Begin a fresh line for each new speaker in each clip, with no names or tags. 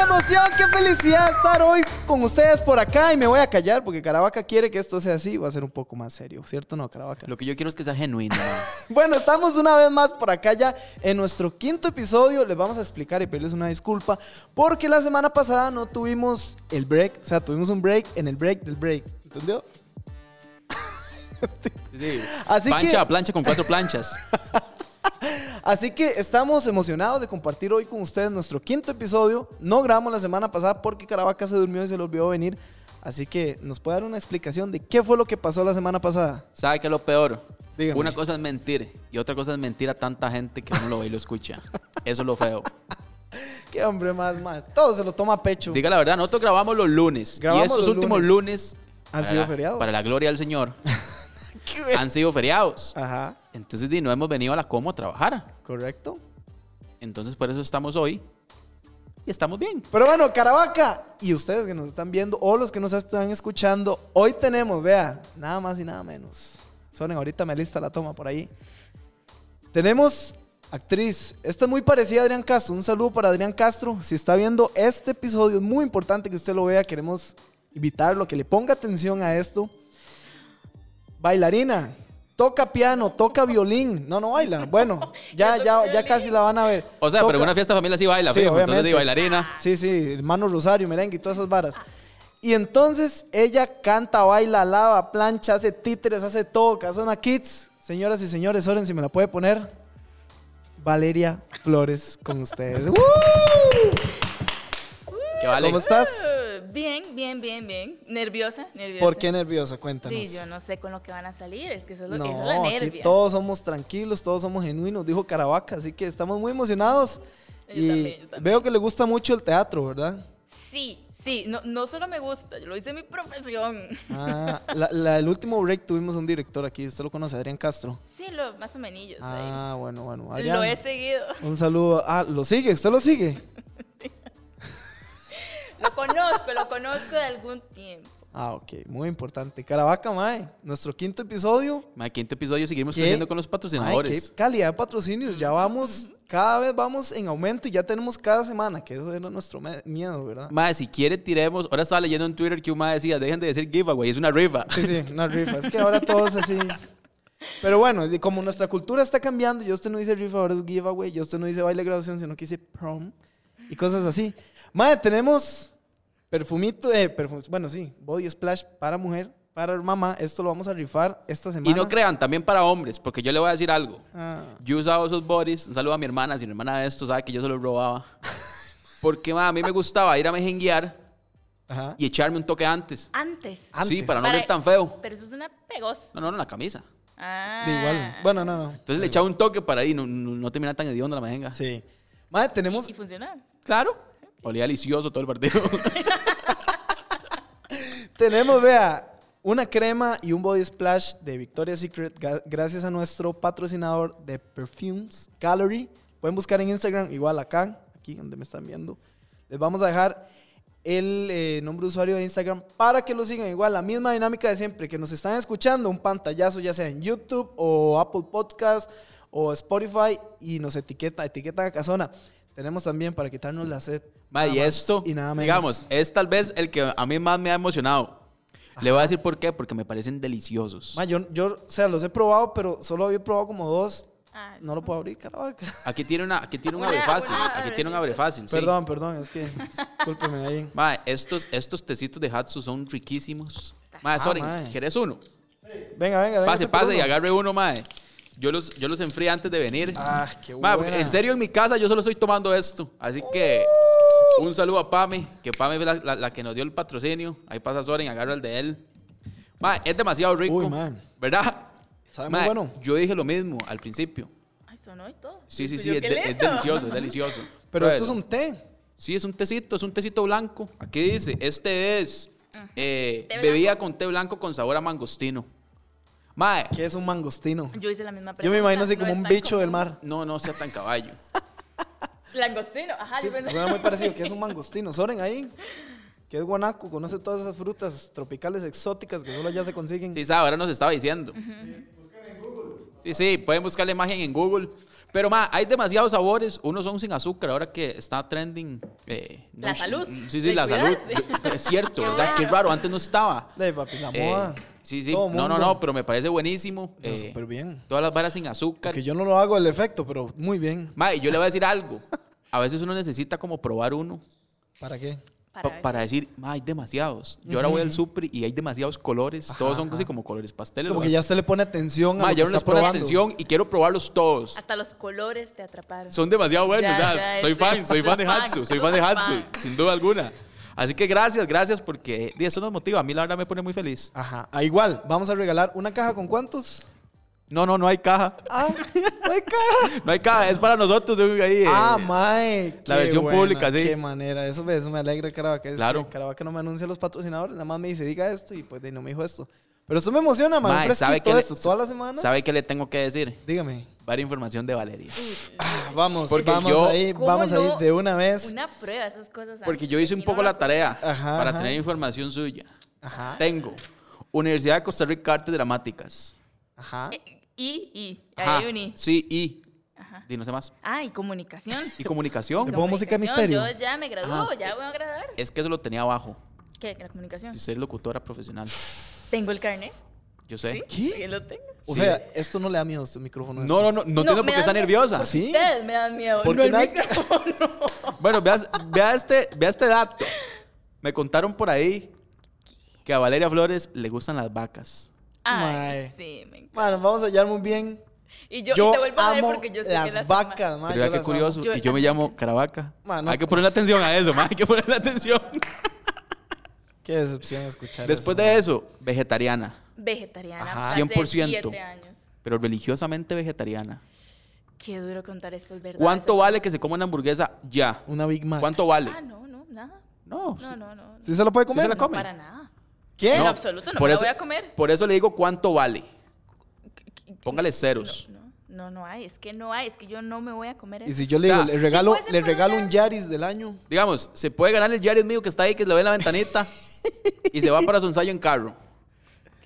emoción! ¡Qué felicidad estar hoy con ustedes por acá! Y me voy a callar porque Caravaca quiere que esto sea así. Va a ser un poco más serio, ¿cierto no, Caravaca?
Lo que yo quiero es que sea genuino. ma.
Bueno, estamos una vez más por acá ya en nuestro quinto episodio. Les vamos a explicar y pedirles una disculpa porque la semana pasada no tuvimos el break. O sea, tuvimos un break en el break del break. ¿Entendió? Así que-
plancha a plancha con cuatro planchas.
Así que estamos emocionados de compartir hoy con ustedes nuestro quinto episodio. No grabamos la semana pasada porque Caravaca se durmió y se le olvidó venir. Así que nos puede dar una explicación de qué fue lo que pasó la semana pasada.
¿Sabe qué es lo peor?
Dígame.
Una cosa es mentir y otra cosa es mentir a tanta gente que uno lo ve y lo escucha. Eso es lo feo.
Qué hombre más, más. Todo se lo toma a pecho.
Diga la verdad, nosotros grabamos los lunes.
Grabamos
y estos
los
últimos lunes,
Han
para
sido
la-
feriados.
Para la gloria del Señor,
Qué ver-
han sido feriados.
Ajá,
Entonces, di, no hemos venido a la como a trabajar.
correcto.
Entonces, por eso estamos hoy y estamos bien.
Pero bueno, Caravaca y ustedes que nos están viendo o los que nos están escuchando, hoy tenemos, vea, nada más y nada menos. Sonen, ahorita me lista la toma por ahí. Tenemos actriz, esta es muy parecida a Adrián Castro. Un saludo para Adrián Castro. Si está viendo este episodio, es muy importante que usted lo vea. Queremos invitarlo a que le ponga atención a esto. Bailarina, toca piano, toca violín. No, no baila. Bueno, ya, ya, ya casi la van a ver.
O sea, pero
Toca-
en una fiesta de familia sí baila,
Sí,
fijo. entonces
obviamente.
di bailarina.
Sí, sí, hermano Rosario, merengue y todas esas varas. Y entonces ella canta, baila, lava, plancha, hace títeres, hace todo, Casona Kids. Señoras y señores, oren si me la puede poner. Valeria Flores con ustedes. ¡Uh!
Que vale.
¿Cómo estás?
Uh, Bien, bien, bien, bien. Nerviosa, nerviosa.
¿Por qué nerviosa? Cuéntanos.
Sí, yo no sé con lo que van a salir, es que eso es lo que es la
No, aquí
nervia.
todos somos tranquilos, todos somos genuinos, dijo Caravaca, así que estamos muy emocionados.
Yo
y
también, yo también.
veo que le gusta mucho el teatro, ¿verdad?
Sí, sí, no, no solo me gusta, yo lo hice mi profesión.
Ah, la- la- el último break tuvimos un director aquí, usted lo conoce, Adrián Castro.
Sí, lo más o menos. Pues ahí.
Ah, bueno, bueno.
Lo eh.
Adrián,
he seguido,
Un saludo. Ah, ¿lo sigue? ¿Usted lo sigue?
lo conozco, lo conozco de algún tiempo.
Ah, ok. Muy importante. Caravaca, mae. Nuestro quinto episodio.
Ma, quinto episodio seguiremos
¿Qué?
creciendo con los
Mae, qué
patrocinadores.
calidad de patrocinios. Ya vamos, cada vez vamos en aumento y ya tenemos cada semana, que eso era nuestro me- miedo, ¿verdad?
Mae, si quiere, tiremos. Ahora estaba leyendo en Twitter que un mae decía: dejen de decir giveaway, es una rifa.
Sí, sí, una rifa. Es que ahora todos así. Pero bueno, de- como nuestra cultura está cambiando, yo usted no dice rifa, ahora es giveaway, yo usted no dice baile de graduación, sino que dice prom y cosas así. Madre, tenemos perfumito, eh, perfum- bueno, sí, body splash para mujer, para mamá. Esto lo vamos a rifar esta semana.
Y no crean, también para hombres, porque yo le voy a decir algo.
Ah,
Yo usaba esos bodies. Un saludo a mi hermana. Si mi hermana ve esto, sabe que yo se los robaba. Porque ma, a mí me gustaba ir a mejenguear
ajá.
y echarme un toque antes.
Antes.
Antes.
Sí, para no
Para-
ver tan feo.
Pero eso es una pegosta.
No, no, en la camisa.
Ah.
De igual. Bueno, no, no.
Entonces le echaba un toque para ahí, no, no, no terminar tan hedionda la mejenga.
Sí. Madre, tenemos.
Y, y funciona.
Claro. Olía delicioso todo el partido.
Tenemos, vea, una crema y un body splash de Victoria's Secret ga- gracias a nuestro patrocinador de Perfumes Gallery. Pueden buscar en Instagram, igual acá, aquí donde me están viendo. Les vamos a dejar el eh, nombre de usuario de Instagram para que lo sigan. Igual, la misma dinámica de siempre, que nos están escuchando un pantallazo, ya sea en YouTube o Apple Podcast o Spotify, y nos etiqueta, etiqueta a Casona. Tenemos también para quitarnos la sed.
Ma, y
Nada más
esto,
y nada menos.
digamos, es tal vez el que a mí más me ha emocionado. Le voy a decir por qué, porque me parecen deliciosos.
Ma, yo, yo, o sea, los he probado, pero solo había probado como dos.
Ah,
No lo puedo abrir, caravaca.
Aquí tiene una, aquí tiene un
Una-
abre fácil,
una
aquí tiene un abre fácil, sí.
Perdón, perdón, es que discúlpeme ahí.
Ma, estos, estos tecitos de Hatsu son riquísimos. Ma,
Ah,
sorry,
mae.
¿querés uno?
Venga, venga, venga.
Pase,
saca
pase y
uno.
agarre uno, mae. Yo los, yo los enfrié antes de venir.
Ah, qué
Ma, porque
buena.
en serio, en mi casa yo solo estoy tomando esto. Así que un saludo a Pame, que Pame es la, la- la que nos dio el patrocinio. Ahí pasa Soren, agarra el de él. Ma, es demasiado rico.
Uy, man.
¿Verdad?
Sabe
Ma,
muy bueno.
Yo dije lo mismo al principio.
Ay, sonó y todo.
Sí, sí,
Pues
sí,
yo
es,
qué
de- es
lento.
delicioso, es delicioso. Pues,
Pero esto es
Pruébelo.
un té.
Sí, es un tecito, es un tecito blanco. Aquí dice, este es eh,
¿Té
bebida con té blanco con sabor a mangostino. Mae,
¿Qué es un mangostino?
Yo hice la misma pregunta.
Yo me imagino así
no
como
es
un
tan
bicho del
común.
mar.
no, no sea tan caballo.
Langostino, ajá,
Sí,
yo pensé-
suena muy parecido. ¿Qué es un mangostino? Soren ahí. ¿Qué es guanaco? Conoce todas esas frutas tropicales exóticas que solo allá se consiguen.
Sí, sabe, ahora nos estaba diciendo. Sí, sí, pueden buscar la imagen en Google. Pero, ma, hay demasiados sabores. Unos son sin azúcar, ahora que está trending. eh,
La
no-
salud,
Sí, sí,
de
la salud.
cuidarse.
Es cierto, ¿verdad? Qué raro, antes no estaba.
De papi, la
Eh,
moda.
sí, sí.
Todo
No, no,
mundo.
no, pero me parece buenísimo.
Pero
eh,
súper bien.
Todas las varas sin azúcar.
Que yo no lo hago el efecto, pero muy bien.
Ma, y yo le voy a decir algo. A veces uno necesita como probar uno
¿Para qué?
pa-
Para
para,
ver.
decir, ma, hay demasiados. Yo ahora voy al super y hay demasiados colores. todos son así como colores pasteles.
Como
lo
que
vas-
ya usted le pone atención a
Ma,
lo
yo
que está
no les pongo
probando.
atención y quiero probarlos todos.
Hasta los colores te atraparon.
Son demasiado buenos.
Ya,
o sea,
ya, este
soy
es-
fan, soy fan de
fan,
Hatsu, soy fan de
fan.
Hatsu, sin duda alguna. Así que gracias, gracias porque di, eso nos motiva. A mí la verdad me pone muy feliz.
Ajá. Ah, igual, vamos a regalar una caja con cuántos.
No, no, no hay caja.
Ah, no hay caja.
No hay caja, es para nosotros. eh, ahí, eh.
Ah, mae. qué
versión pública, sí.
Qué manera. Eso, me- eso me alegra, Caravaca. Es
Claro.
que Caravaca no me anuncia los patrocinadores. Nada más me dice, diga esto y pues de ahí no me dijo esto. Pero eso me emociona, mae.
Mae,
Un
¿sabe
fresquito
qué le-
esto, todas las semanas.
¿Sabe qué le tengo que decir?
Dígame.
Varia información de Valeria.
Ah, vamos,
Porque
vamos
yo-
ahí,
¿Cómo
vamos
no?
ahí de una vez.
Una prueba, esas cosas.
Porque
antes,
yo hice un
aquí
poco
no
la tarea
Ajá,
para
ajá. Ah.
tener información suya.
Ajá.
Tengo Universidad de Costa Rica Artes Dramáticas.
Ajá.
Eh,
Y, y,
Ajá,
ahí uní.
Sí, y.
Ajá.
di, no sé más.
Ah, y comunicación.
Y comunicación.
Te pongo música de misterio.
Yo ya me gradúo,
Ah.
ya voy a graduar.
es que eso lo tenía abajo.
¿Qué? ¿La comunicación?
Y Usted es locutora profesional.
Tengo el carnet.
Yo sé.
¿Sí? ¿Sí lo tengo?
O
Sí.
sea, esto no le da miedo a este micrófono.
No, no, no, no, entiendo
me
por qué está
dan-
nerviosa.
porque
Sí.
Ustedes me dan miedo.
Porque
no el
nadie-
micrófono.
Bueno, veas- vea, este, vea este dato. Me contaron por ahí que a Valeria Flores le gustan las vacas.
Mae.
Ay, sí, me encanta.
Bueno, vamos a hallar muy bien.
Y yo,
Yo,
y te vuelvo a ver
amo
porque yo sé que
las
las
vacas, man.
Pero vea qué curioso.
Yo
y yo me
las-
llamo Caravaca.
Ma, no.
Hay que ponerle atención a eso, ma, Hay que ponerle atención.
Qué decepción escuchar
Después
eso,
de eso, vegetariana.
Vegetariana.
Ajá.
hace
100%.
siete años.
Pero religiosamente vegetariana.
Qué duro contar estas verdades.
¿Cuánto vale que se coma una hamburguesa ya?
Una Big Mac.
¿Cuánto vale?
Ah, no, no, nada.
No.
No, no, no.
¿Sí se lo puede comer?
se la come?
Para nada.
¿Qué?
No. absoluto, no me la voy a comer.
Por eso le digo cuánto vale.
Qu- qu-
Póngale ceros.
No, no, no, no hay. Es que no hay. Es que yo no me voy a comer
Y
eso.
si yo le digo,
O sea,
le regalo,
si fuese
le
por
regalo
una-
un Yaris del año.
Digamos, se puede ganar el Jared mío que está ahí, que le ve en la ventanita y se va para su ensayo en carro.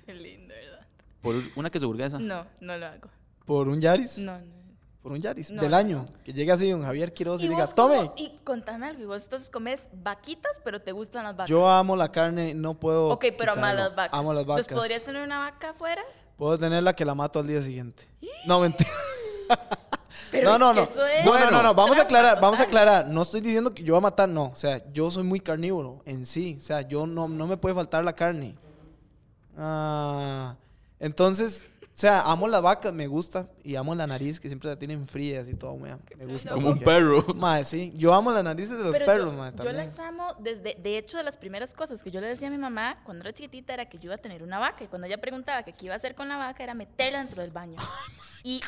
Qué lindo, ¿verdad?
Por una que se burguesa.
No, no lo hago.
¿Por un Yaris?
No, no.
Por un Yaris
No,
del
no,
año. Que llegue así don Javier Quiroz y,
vos
diga,
cómo-
tome.
y contame algo. Y vos entonces comes vaquitas, pero te gustan las vacas.
Yo amo la carne, no puedo
Ok, pero amas
quitarlo.
las vacas.
Amo las
Entonces,
vacas.
¿podrías tener una vaca afuera?
Puedo tenerla que la mato al día siguiente. No, mentira.
Pero
no,
es
no,
que
no.
eso es-
no, no, no, no, vamos a
Trampa
aclarar, vamos a
total.
aclarar. No estoy diciendo que yo voy a matar, no. O sea, yo soy muy carnívoro en sí. O sea, yo no, no me puede faltar la carne. Ah, entonces, o sea, amo las vacas, me gusta. Y amo la nariz, que siempre la tienen fría, así todo, mea. Me gusta.
Como un
porque-
perro.
Mae, sí. Yo amo las narices de los
Pero
perros,
yo,
mae,
yo
también.
las amo desde, de hecho, de las primeras cosas que yo le decía a mi mamá cuando era chiquitita era que yo iba a tener una vaca. Y cuando ella preguntaba que qué iba a hacer con la vaca era meterla dentro del baño. Y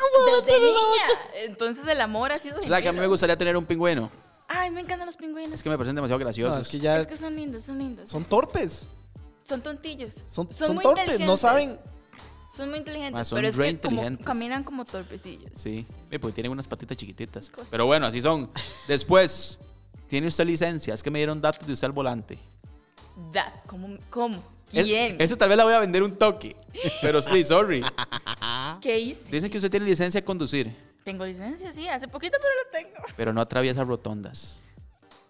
desde niña. Entonces el amor ha sido.
O sea, que a mí me
genuino.
gustaría tener un pingüino.
Ay, me encantan los pingüinos.
Es que me parecen demasiado graciosos.
No, es que ya
Es que son lindos, son lindos. Son,
son torpes.
tontillos.
Son, son,
muy
torpes, no
inteligentes.
saben.
Son muy inteligentes,
Ah, son
pero es
re
que como
inteligentes.
caminan como torpecillos.
Sí. Eh, Porque tienen unas patitas chiquititas.
Cosas.
Pero bueno, así son. Después, ¿tiene usted licencia? Es que me dieron datos de usted al volante.
Da, ¿cómo? cómo?
Es-
¿Quién?
ese tal vez la voy a vender un toque. Pero sí, sorry.
¿Qué hice?
Dicen que usted tiene licencia de conducir,
Tengo licencia, sí, hace poquito, pero la tengo.
pero no atraviesa rotondas.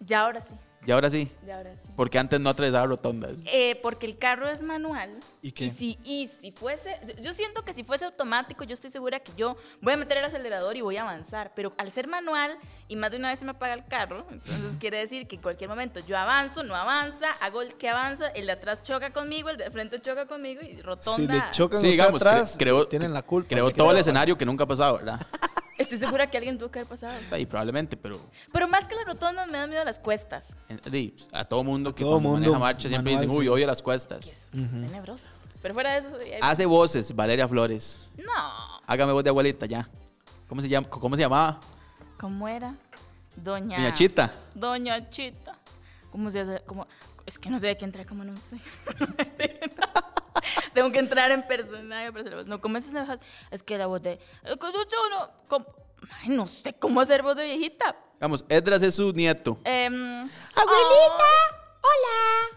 Ya ahora sí,
Y ahora sí,
ya ahora sí.
porque antes no atravesaba rotondas.
Eh, porque el carro es manual.
¿Y qué?
si, y si fuese, yo siento que si fuese automático, yo estoy segura que yo voy a meter el acelerador y voy a avanzar. Pero al ser manual y más de una vez se me apaga el carro, entonces quiere decir que en cualquier momento yo avanzo, no avanza, hago el que avanza, el de atrás choca conmigo, el de frente choca conmigo y rotonda.
Si le chocan
Sí,
usted
digamos,
atrás,
cre- creo-
tienen la culpa.
Creo
Así que-
todo el escenario que nunca ha pasado, ¿verdad?
Estoy segura que alguien tuvo que haber pasado.
Y probablemente, pero
Pero más que las rotondas me dan miedo las cuestas.
en- di, a todo mundo que
todo
cuando
mundo,
maneja marcha siempre
manual,
dicen, uy,
sí.
odio las
Que
cuestas.
es tenebrosas. Pero fuera de eso. eh,
Hace voces, Valeria Flores.
No.
Hágame voz de abuelita ya. ¿Cómo se, llama, cómo se llamaba?
¿Cómo era? Doña.
Doña Chita.
Doña Chita. ¿Cómo se hace? ¿Cómo? Es que no sé de qué entrar, como no sé. Tengo que entrar en personaje para hacer la voz. No, ¿cómo es esa voz? Es que la voz de. "Eh, que no sé, no, ¿cómo?". Ay, no sé cómo hacer voz de viejita.
Vamos, Edras es su nieto.
Em,
Abuelita,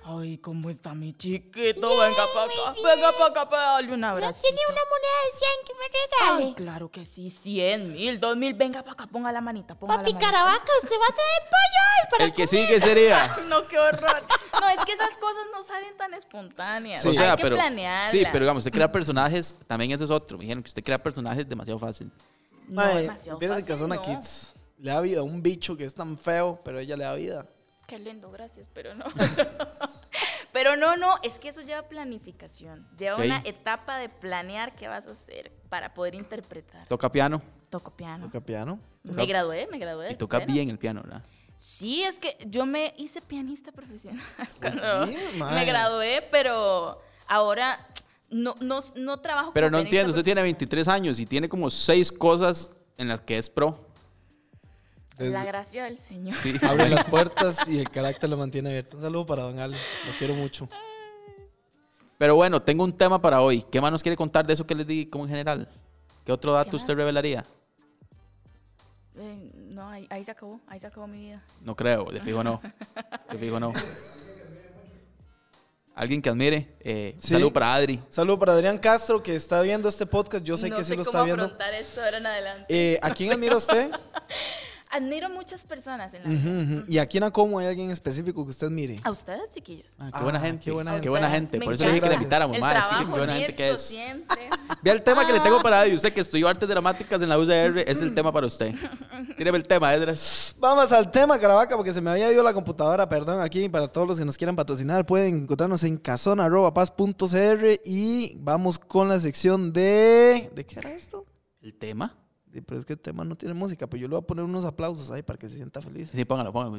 ay. uy, ¿cómo está mi chiquito? Venga para acá, venga para acá para darle un
¿No
abrazo.
tiene una moneda de 100 que me regale?
Ay, claro que sí, 100 mil, 2 mil, venga para acá, ponga la manita, ponga
Papi
la manita.
Caravaca, usted va a traer pollo hoy para
El que sigue sería.
No, qué horror. No, es que esas cosas no salen tan espontáneas.
O sea,
Hay que
ah, pero,
planearlas.
sí, pero digamos, usted crea personajes, también eso es otro. Me dijeron que usted crea personajes demasiado fácil.
No,
Mae,
demasiado
vieras en
fácil,
Casona
no.
Kids. Le da vida a un bicho que es tan feo, pero ella le da vida.
Qué lindo, gracias, pero no. pero no, no, es que eso lleva planificación. Lleva
Ok.
una etapa de planear qué vas a hacer para poder interpretar.
Toca piano
Toco piano.
Toca piano.
toca-
Me gradué, me gradué.
y
del
toca
piano.
bien el piano, ¿verdad?
Sí, es que yo me hice pianista profesional cuando
bien, mae.
me gradué, pero ahora no, no, no trabajo
Pero
como
no
pianista
entiendo, usted tiene 23 años y tiene como seis cosas en las que es pro.
La gracia del Señor.
Sí.
Abre las puertas y el carácter lo mantiene abierto. Un saludo para Don Ale. Lo quiero mucho.
Pero bueno, tengo un tema para hoy. ¿Qué más nos quiere contar de eso que les di como en general? ¿Qué otro dato
¿Qué
usted
más?
revelaría?
Eh, no, ahí, ahí se acabó, ahí se acabó mi vida.
No creo, de fijo no. De fijo no. Alguien que admire. Eh,
Sí.
Salud para Adri.
Saludo para Adrián Castro, que está viendo este podcast. Yo sé
no
que
sé
sí lo
cómo
está viendo.
afrontar esto de ahora en adelante.
Eh, ¿A quién admira usted?
Eh, Admiro muchas personas en la vida.
Ujú, ujú. ¿Y a quién a cómo hay alguien específico que usted mire?
A ustedes, chiquillos.
Ah, qué
Ah,
buena gente. Qué buena gente.
Me
Por eso le dije que la
encanta.
invitáramos.
El
ma, es que qué
trabajo
buena gente que
honesto
es.
siempre.
Vea el tema que le tengo para Adri. Usted que estudió artes dramáticas en la UCR, es el tema para usted. Tíreme el tema, Edras.
Vamos al tema, Caravaca, porque se me había ido la computadora, perdón, aquí para todos los que nos quieran patrocinar, pueden encontrarnos en casona.paz.cr y vamos con la sección de... ¿De qué era esto?
¿El tema?
Sí, Pero es que el tema no tiene música, pues yo le voy a poner unos aplausos ahí para que se sienta feliz.
Sí, póngalo, póngalo.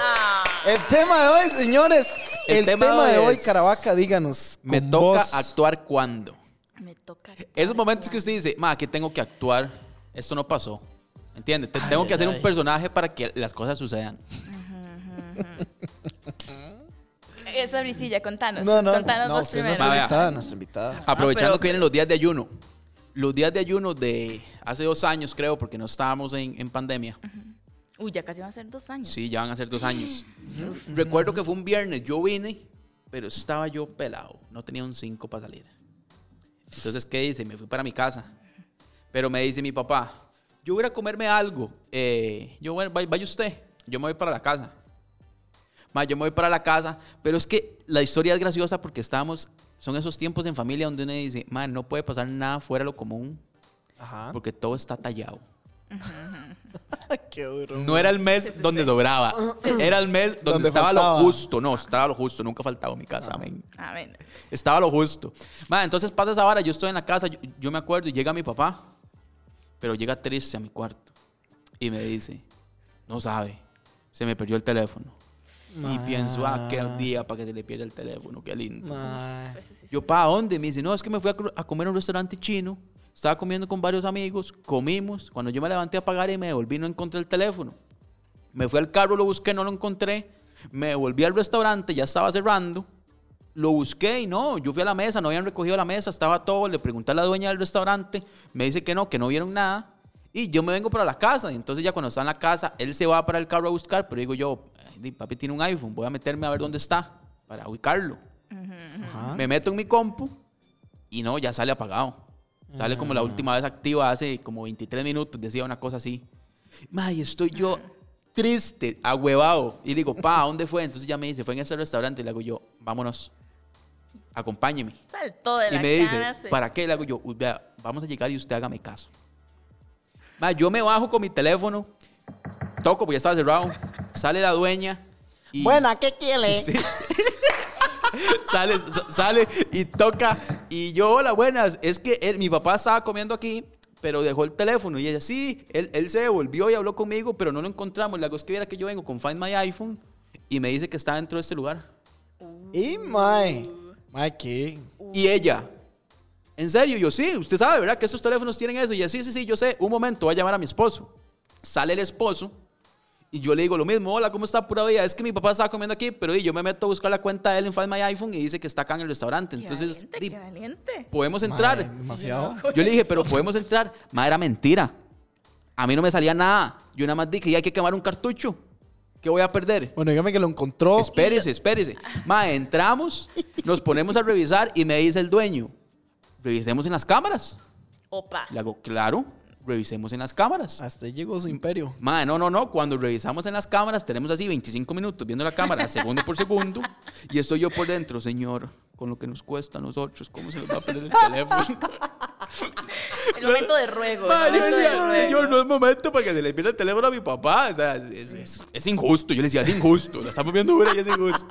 Ah,
El tema de hoy, señores, el,
El
tema,
tema
de hoy,
es-
Caravaca, díganos.
Me
con
toca
voz.
actuar cuando.
me toca.
Esos
actuar
momentos que
igual.
usted dice, ma, que tengo que actuar, esto no pasó. ¿Entiendes? Te- tengo que hacer un personaje para que las cosas sucedan.
Esa brisilla, contanos.
No, no,
contanos
no,
vos
usted es nuestra
primero.
Va, vea.
invitada, nuestra invitada.
Aprovechando
pero-
que vienen los días de ayuno. Los días de ayuno de hace dos años, creo, porque no estábamos en, en pandemia.
Uy, ya casi van a ser dos años.
Sí, ya van a ser dos años. Recuerdo que fue un viernes, yo vine, pero estaba yo pelado, no tenía un 5 para salir. Entonces, ¿qué hice? Me fui para mi casa. Pero me dice mi papá, yo voy a ir a comerme algo. Eh, yo, bueno, vay- vaya usted, yo me voy para la casa. Ma, yo me voy para la casa, pero es que la historia es graciosa porque estábamos, son esos tiempos en familia donde uno dice, man, no puede pasar nada fuera de lo común
Ajá.
porque todo está tallado.
Qué duro.
No era el mes donde sobraba. Era el mes donde,
Donde
estaba
faltaba.
lo justo. No, estaba lo justo. Nunca faltaba en mi casa. Amén.
A ver.
Estaba lo justo. Ma, entonces pasa esa vara. Yo estoy en la casa. Yo, yo me acuerdo y llega mi papá. Pero llega triste a mi cuarto. Y me dice, no sabe. Se me perdió el teléfono. Y
Ma.
pienso, ah, qué día para que se le pierda el teléfono. Qué lindo.
Ma.
pues, sí, sí.
Yo, ¿para dónde? Me dice, no, es que me fui a, cru- a comer a un restaurante chino. Estaba comiendo con varios amigos, comimos. Cuando yo me levanté a pagar y me devolví, no encontré el teléfono. Me fui al carro, lo busqué, no lo encontré. Me devolví al restaurante, ya estaba cerrando. Lo busqué y no, yo fui a la mesa, no habían recogido la mesa, estaba todo. Le pregunté a la dueña del restaurante, me dice que no, que no vieron nada. Y yo me vengo para la casa. Y entonces, ya cuando está en la casa, él se va para el carro a buscar. Pero digo yo, "Ay, di, papi tiene un iPhone, voy a meterme a ver dónde está para ubicarlo.
Ajá.
Me meto en mi compu y no, ya sale apagado. Sale como la última vez activa hace como 23 minutos, decía una cosa así. May, estoy yo triste, ahuevado. Y digo, pa, ¿a dónde fue? Entonces ya me dice, fue en ese restaurante. Y le hago yo, vámonos, acompáñeme.
Saltó de
Y
la
me dice,
clase.
¿para qué? Le hago yo, "Uy, vea, vamos a llegar y usted hágame caso. May, yo me bajo con mi teléfono, toco porque ya estaba cerrado. Sale la dueña. Y
Buena, ¿qué quiere?
Sí. sale, sa- sale y toca. Y yo, hola, buenas. Es que él- mi papá estaba comiendo aquí, pero dejó el teléfono. Y ella, sí, él, él se devolvió y habló conmigo, pero no lo encontramos. La cosa es que viera que yo vengo con Find My iPhone y me dice que está dentro de este lugar.
Y Mae. Mae, ¿qué?
Y ella, ¿en serio? Yo, sí, usted sabe, ¿verdad? Que estos teléfonos tienen eso. Y ella, sí, sí, sí, yo sé. Un momento, voy a llamar a mi esposo. Sale el esposo y yo le digo lo mismo. Hola, ¿cómo está pura vida? Es que mi papá estaba comiendo aquí, pero y, yo me meto a buscar la cuenta de él en Find My iPhone y dice que está acá en el restaurante.
Qué
Entonces,
valiente,
di,
qué valiente.
podemos entrar.
Mae, demasiado.
Yo le dije, pero podemos entrar. Ma, era mentira. A mí no me salía nada. Yo nada más dije, y hay que quemar un cartucho. ¿Qué voy a perder?
Bueno, dígame que lo encontró.
Espérese, espérese. Ma, entramos, nos ponemos a revisar y me dice el dueño, revisemos en las cámaras.
Opa.
Le hago, claro, revisemos en las cámaras.
Hasta ahí llegó su imperio.
Ma, no, no, no. Cuando revisamos en las cámaras, tenemos así 25 minutos viendo la cámara, segundo por segundo. Y estoy yo por dentro, señor, con lo que nos cuesta a nosotros, ¿cómo se nos va a perder el teléfono?
El momento de ruego. el
Ma, yo
momento de
decía,
ruego.
señor, no es momento para que se le pierda el teléfono a mi papá. O sea, es, es- es injusto. Yo le decía, es injusto. La estamos viendo ahora y es injusto.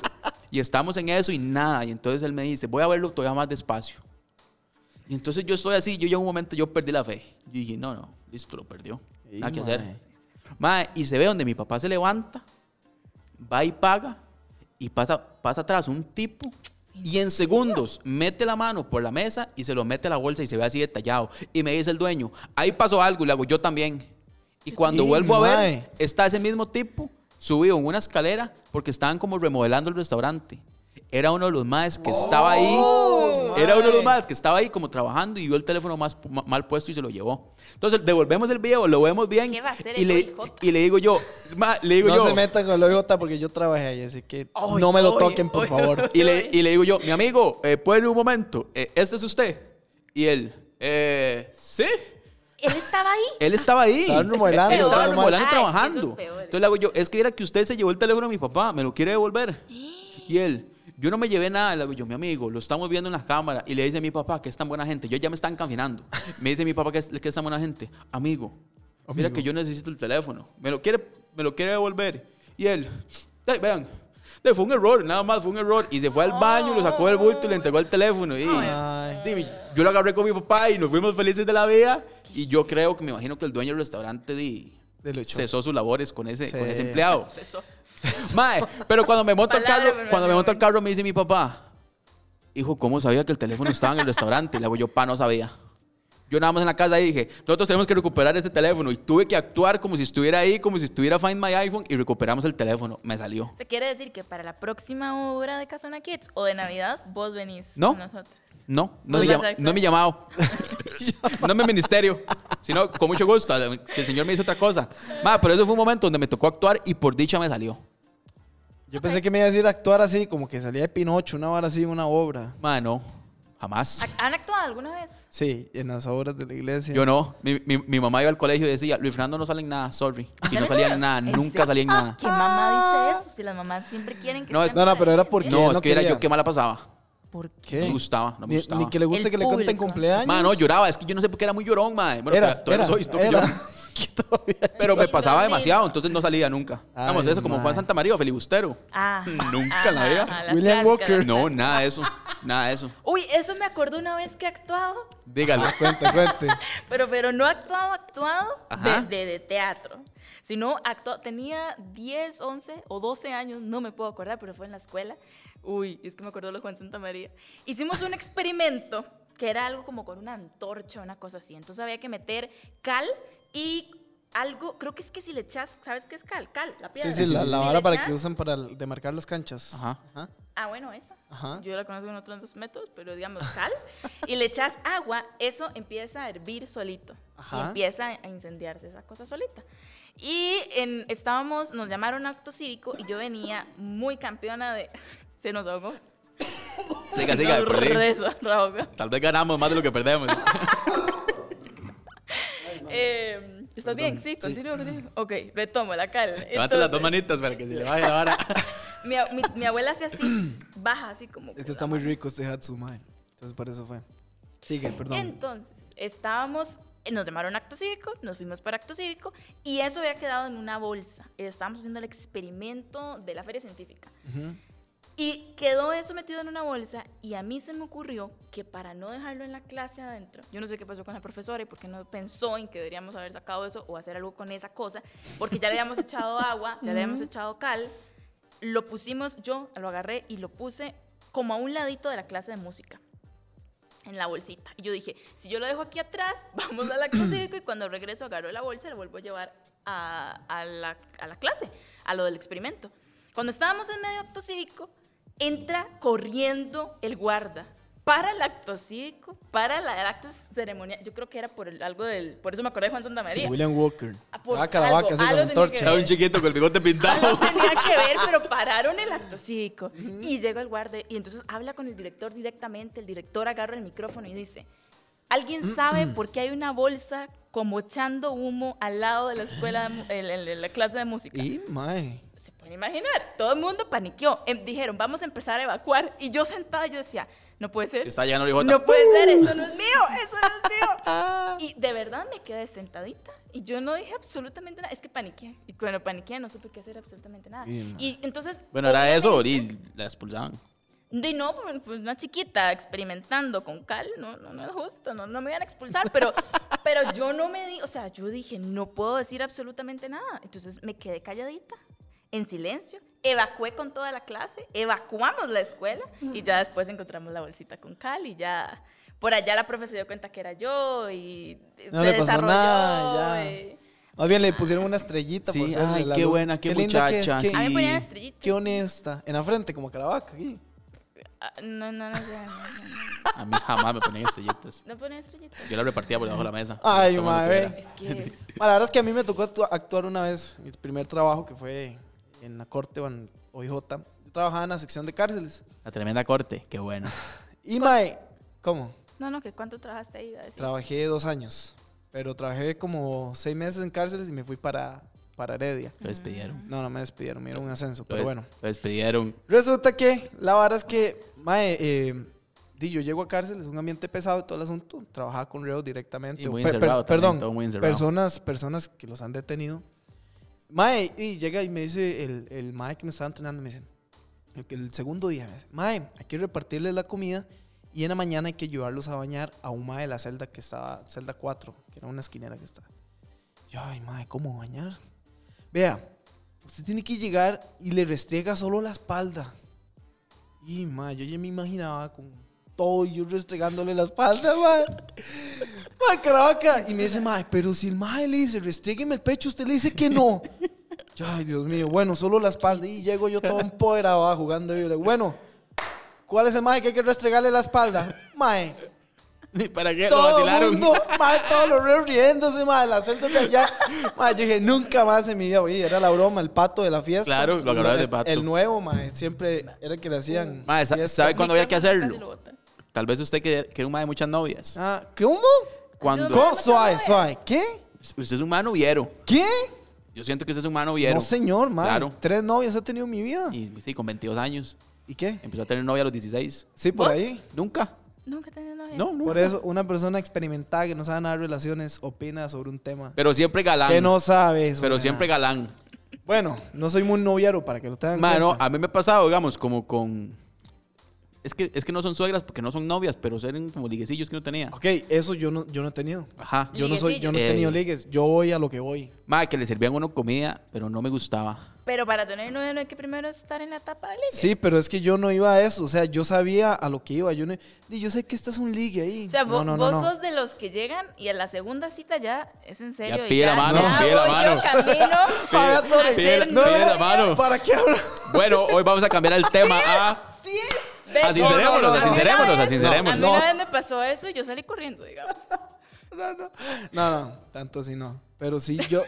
Y estamos en eso y nada. Y entonces él me dice, voy a verlo todavía más despacio. Y entonces yo estoy así, yo ya un momento, yo perdí la fe. Yo dije, no, no, listo, lo perdió.
Ey,
Nada que
mae.
hacer. Mae, y se ve donde mi papá se levanta, va y paga, y pasa, pasa atrás un tipo, y en segundos mete la mano por la mesa y se lo mete a la bolsa y se ve así detallado. Y me dice el dueño, ahí pasó algo, y le hago yo también. Y cuando
Ey,
vuelvo a ver,
mae.
está ese mismo tipo subido en una escalera porque estaban como remodelando el restaurante. Era uno de los más que estaba ahí. Era uno de los
Oh, mae.
más que estaba ahí como trabajando y vio el teléfono más pu- ma- mal puesto y se lo llevó. Entonces devolvemos el video, lo vemos bien.
¿Qué va a hacer
y,
el
le,
OIJ?
y le digo yo, ma, le digo
no
yo.
se metan con el OIJ porque yo trabajé ahí, así que
Ay,
no me lo
ay,
toquen, por
ay.
favor.
Y le, y le digo yo, mi amigo, eh, ¿puede ir un momento? Eh, ¿Este es usted? Y él, eh, ¿sí?
Él estaba ahí.
Él estaba ahí.
Estaban remodelando,
Él estaba
peor,
remodelando
mae. Ah, es que eso
trabajando.
es peor.
Entonces le hago yo, es que era que usted se llevó el teléfono de mi papá, me lo quiere devolver. Y él, yo no me llevé nada. Le hago yo, mi amigo, lo estamos viendo en la cámara. Y le dice a mi papá que es tan buena gente. Yo ya me están caminando. Me dice mi papá que es, que es tan buena gente. Amigo, mira
Amigo.
que yo necesito el teléfono. Me lo quiere, me lo quiere devolver. Y él, "Ay, vean. "Ay, Fue un error, nada más, fue un error. Y se fue al baño, lo sacó del bulto y le entregó el teléfono. Y,
Ay.
Dime, yo lo agarré con mi papá y nos fuimos felices de la vida. Y yo creo que me imagino que el dueño del restaurante di-
De lo hecho.
cesó sus labores con ese,
Sí.
con ese empleado. Mae, pero cuando me monto al
Palabra,
carro,
pero
cuando me
no.
monto al carro me dice mi papá, hijo, ¿cómo sabía que el teléfono estaba en el restaurante? Y le hago yo, pa, no sabía. Yo nada más en la casa ahí dije, nosotros tenemos que recuperar este teléfono. Y tuve que actuar como si estuviera ahí, como si estuviera Find My iPhone y recuperamos el teléfono. Me salió.
Se quiere decir que para la próxima obra de Casona Kids o de Navidad, vos venís
¿No?
con nosotros.
No, no,
Pues
me,
vas a
llama-
actuar.
no me he llamado. no me ministerio. Sino, con mucho gusto. eh, Si el señor me dice otra cosa. Ma, pero eso fue un momento donde me tocó actuar y por dicha me salió.
Yo pensé que me iba a decir actuar así, como que salía de Pinocho, una vara así, una obra.
Ma, no. Jamás.
¿Ha- ¿Han actuado alguna vez?
Sí, en las obras de la iglesia.
Yo no. Mi, mi- mi mamá iba al colegio y decía, Luis Fernando no sale en nada, sorry. Y no
¿En
salía
serio?
en nada,
¿En
nunca
serio? Ah,
salía en nada.
Ah.
¿Qué mamá dice eso? Si las mamás siempre quieren que
No, es-
no, no, pero era
por
porque-
No, es
no
que era
quería.
yo que mala pasaba.
¿Por qué?
¿Qué?
No me gustaba, no
Ni-
me gustaba.
Ni, que le guste
El
que le conten
público.
cumpleaños.
Ma, no, lloraba. Es que yo no sé por qué era muy llorón, ma. Bueno,
Era, era,
todavía no soy, estoy
era.
llorón.
que todavía-
Pero me
Lindo,
pasaba
lindo.
demasiado, entonces no salía nunca.
Ay,
Vamos, eso como Juan
ma.
Santa María o Felibustero.
Ah,
Nunca la vea.
las
William
clásicas,
Walker.
las
No,
clásicas.
nada de eso. Nada de eso.
Uy, eso me acordó una vez que he actuado,
Dígalo.
Cuente, cuente.
pero, pero no actuado, actuado
Ajá.
de, de- de teatro. Sino actuado, tenía 10, 11 o 12 años, no me puedo acordar, pero fue en la escuela. Uy, es que me acordó lo Juan Santa María. Hicimos un experimento que era algo como con una antorcha, una cosa así. Entonces había que meter cal y algo, creo que es que si le echas, ¿sabes qué es cal? Cal, la piedra.
Sí, sí, la,
sí,
la
Si le
vara para
echas-
que usan para el- demarcar las canchas.
Ajá.
Ajá.
Ah, bueno, esa.
Ajá.
Yo la conozco en otros dos métodos, pero digamos cal. y le echas agua, eso empieza a hervir solito. Y
Ajá.
empieza a incendiarse esa cosa solita. Y en- estábamos, nos llamaron a acto cívico y yo venía muy campeona de... Se nos ahogó.
Siga, siga,
Nos
por ahí.
re- se nos ahogó.
Tal vez ganamos más de lo que perdemos.
Eh, ¿Estás bien? Sí, continúo, continúo. Ok, retomo la cal.
Levante las dos
Entonces,
manitas para que se le baje la vara.
mi, a- mi- mi abuela hace así, baja así como...
Es que está muy rico este Hatsu, mae. Entonces por eso fue. Sigue, perdón.
Entonces, estábamos, eh, nos llamaron a acto cívico, nos fuimos para acto cívico y eso había quedado en una bolsa. Estábamos haciendo el experimento de la feria científica.
Ujú.
Y quedó eso metido en una bolsa y a mí se me ocurrió que para no dejarlo en la clase adentro, yo no sé qué pasó con la profesora y por qué no pensó en que deberíamos haber sacado eso o hacer algo con esa cosa, porque ya le habíamos echado agua, ya le habíamos echado cal, lo pusimos, yo lo agarré y lo puse como a un ladito de la clase de música. En la bolsita. Y yo dije, si yo lo dejo aquí atrás, vamos a la clase y cuando regreso agarro la bolsa y la vuelvo a llevar a, a la, a la clase, a lo del experimento. Cuando estábamos en medio acto cívico, entra corriendo el guarda para el acto cívico, para la- el acto ceremonial. Yo creo que era por el- algo del. Por eso me acordé de Juan Santa María.
William Walker.
Ah, por
Vaca, la
algo,
vaca, así con
algo
la
tenía que
antorcha.
ver.
Estaba un chiquito con el bigote pintado.
Algo tenía que ver, pero pararon el acto cívico. Y llega el guardia y entonces habla con el director directamente. El director agarra el micrófono y dice: ¿Alguien sabe por qué hay una bolsa como echando humo al lado de la escuela, de mu- el- el- el- la clase de música?
Y, mae.
se pueden imaginar, todo el mundo paniqueó. Em, dijeron, vamos a empezar a evacuar. Y yo sentada, yo decía, no puede ser.
Está llegando Orijota.
no puede ser, eso no es mío, eso no es mío. Y de verdad me quedé sentadita y yo no dije absolutamente nada. Es que paniqué. Y cuando paniqué no supe qué hacer absolutamente nada.
Y no.
Y entonces,
Bueno, era eso y la expulsaban.
de no, pues una chiquita experimentando con cal, no, no, no es justo, no, no me iban a expulsar, pero, pero yo no me di, o sea, yo dije, no puedo decir absolutamente nada. Entonces me quedé calladita, en silencio, evacué con toda la clase, evacuamos la escuela y ya después encontramos la bolsita con cal y ya, por allá la profe se dio cuenta que era yo y
No
se
le pasó
desarrolló.
nada, ya.
y-
Más bien le pusieron una estrellita.
Sí,
por ser
ay,
de la
qué
luz.
buena, qué
linda que es,
muchacha,
qué-
sí.
A mí me ponían
Y-
estrellita.
Qué honesta. En la frente, como caravaca. Aquí.
Ah, No, no, no, ya, no, no,
A mí jamás me ponían estrellitas.
no ponían estrellita.
Yo la repartía por debajo de la mesa.
Ay,
Todo el mundo
mae.
tuviera.
Es que...
Ma, la verdad es que a mí me tocó actu- actuar una vez, mi primer trabajo que fue en la corte o en OIJ. Yo trabajaba en la sección de cárceles.
La tremenda corte, qué bueno.
Y mae, ¿cómo?
No, no, que cuánto trabajaste ahí. Iba a decir.
Trabajé dos años, pero trabajé como seis meses en cárceles y me fui para, para Heredia.
Lo despidieron.
No, no me despidieron, me dieron un ascenso,
Lo-
pero bueno.
Lo despidieron.
Resulta que la vara es que, mae, eh, di, yo llego a cárcel, es un ambiente pesado y todo el asunto. Trabajaba con reos directamente.
Y muy
o per- per-
encerrado también,
perdón,
todo muy encerrado.
personas, personas que los han detenido. Mae, y llega y me dice el, el mae que me estaba entrenando, me dice, el, que- el segundo día, me dice, mae, hay que repartirles la comida y en la mañana hay que ayudarlos a bañar a un mae de la celda que estaba, celda 4, que era una esquinera que estaba. Yo, ay, mae, ¿cómo bañar? Vea, usted tiene que llegar y le restriega solo la espalda. Y, mae, yo ya me imaginaba con todo y yo restregándole la espalda, mae. Mae, caraca. Y me dice, mae, pero si el mae le dice, restrígueme el pecho, usted le dice que no. Yo, ay, Dios mío, bueno, solo la espalda. Y llego yo todo empoderado ah, jugando. Y yo le digo, bueno, ¿cuál es el mae que hay que restregarle la espalda? Mae,
¿Para qué? lo
todo el
vacilaron.
mundo, mae, todos los reos riéndose, mae, la celda de allá. Mae, yo dije, nunca más en mi vida, oye, era la broma, el pato de la fiesta.
Claro, lo agarraron de
El-
pato.
El nuevo, mae, siempre era el que le hacían.
Mae, sa-
fiesta.
¿sabe cuándo había que
Casi lo
hacerlo?
botan.
Tal vez usted que, que era un mae de muchas novias.
Ah, ¿Cómo?
Cuando
¿Cómo?
no
Suave,
sabes.
suave. ¿Qué?
usted es un mae noviero.
¿Qué?
Yo siento que usted es un mae noviero.
No, señor, mae.
Claro.
Tres novias he tenido en mi vida. ¿Y,
Y sí, con 22 años.
qué?
Empezó a tener novia a los 16.
Sí, por
¿Vos?
ahí.
Nunca.
Nunca he tenido novia.
No, nunca.
Por eso, una persona experimentada que no sabe nada de relaciones opina sobre un tema
Pero siempre galán.
que no sabe. sobre
pero siempre
nada.
galán.
Bueno, no soy muy noviero para que lo tengan. en
Mano,
cuenta.
a mí me ha pasado, digamos, como con. Es que, es que no son suegras porque no son novias, pero eran como liguecillos que no tenía.
Ok, eso yo no, yo no he tenido.
Ajá.
Yo no soy, yo no he
Eh.
tenido ligues. Yo voy a lo que voy.
Madre, que le servían uno comida, pero no me gustaba.
Pero para tener novia no hay que primero estar en la etapa de ligue.
Sí, pero es que yo no iba a eso. O sea, yo sabía a lo que iba. Yo no, di, yo sé que este es un ligue ahí.
O sea,
no,
vos,
no, no,
vos
no.
sos de los que llegan y a la segunda cita ya es en serio.
Ya
y
pide la mano,
ya
pide la
voy yo
mano.
camino
Paga
a
sobre-
ser
pide la-
novia.
pide la mano.
¿Para qué hablo?
Bueno, hoy vamos a cambiar el tema a.
Sí, ve-
Así seremos,
a mí
así
una
seremos,
vez-
así seremos.
A mí
No.
una vez me pasó eso y yo salí corriendo, digamos.
No, no. No, no, tanto así no. Pero sí, yo.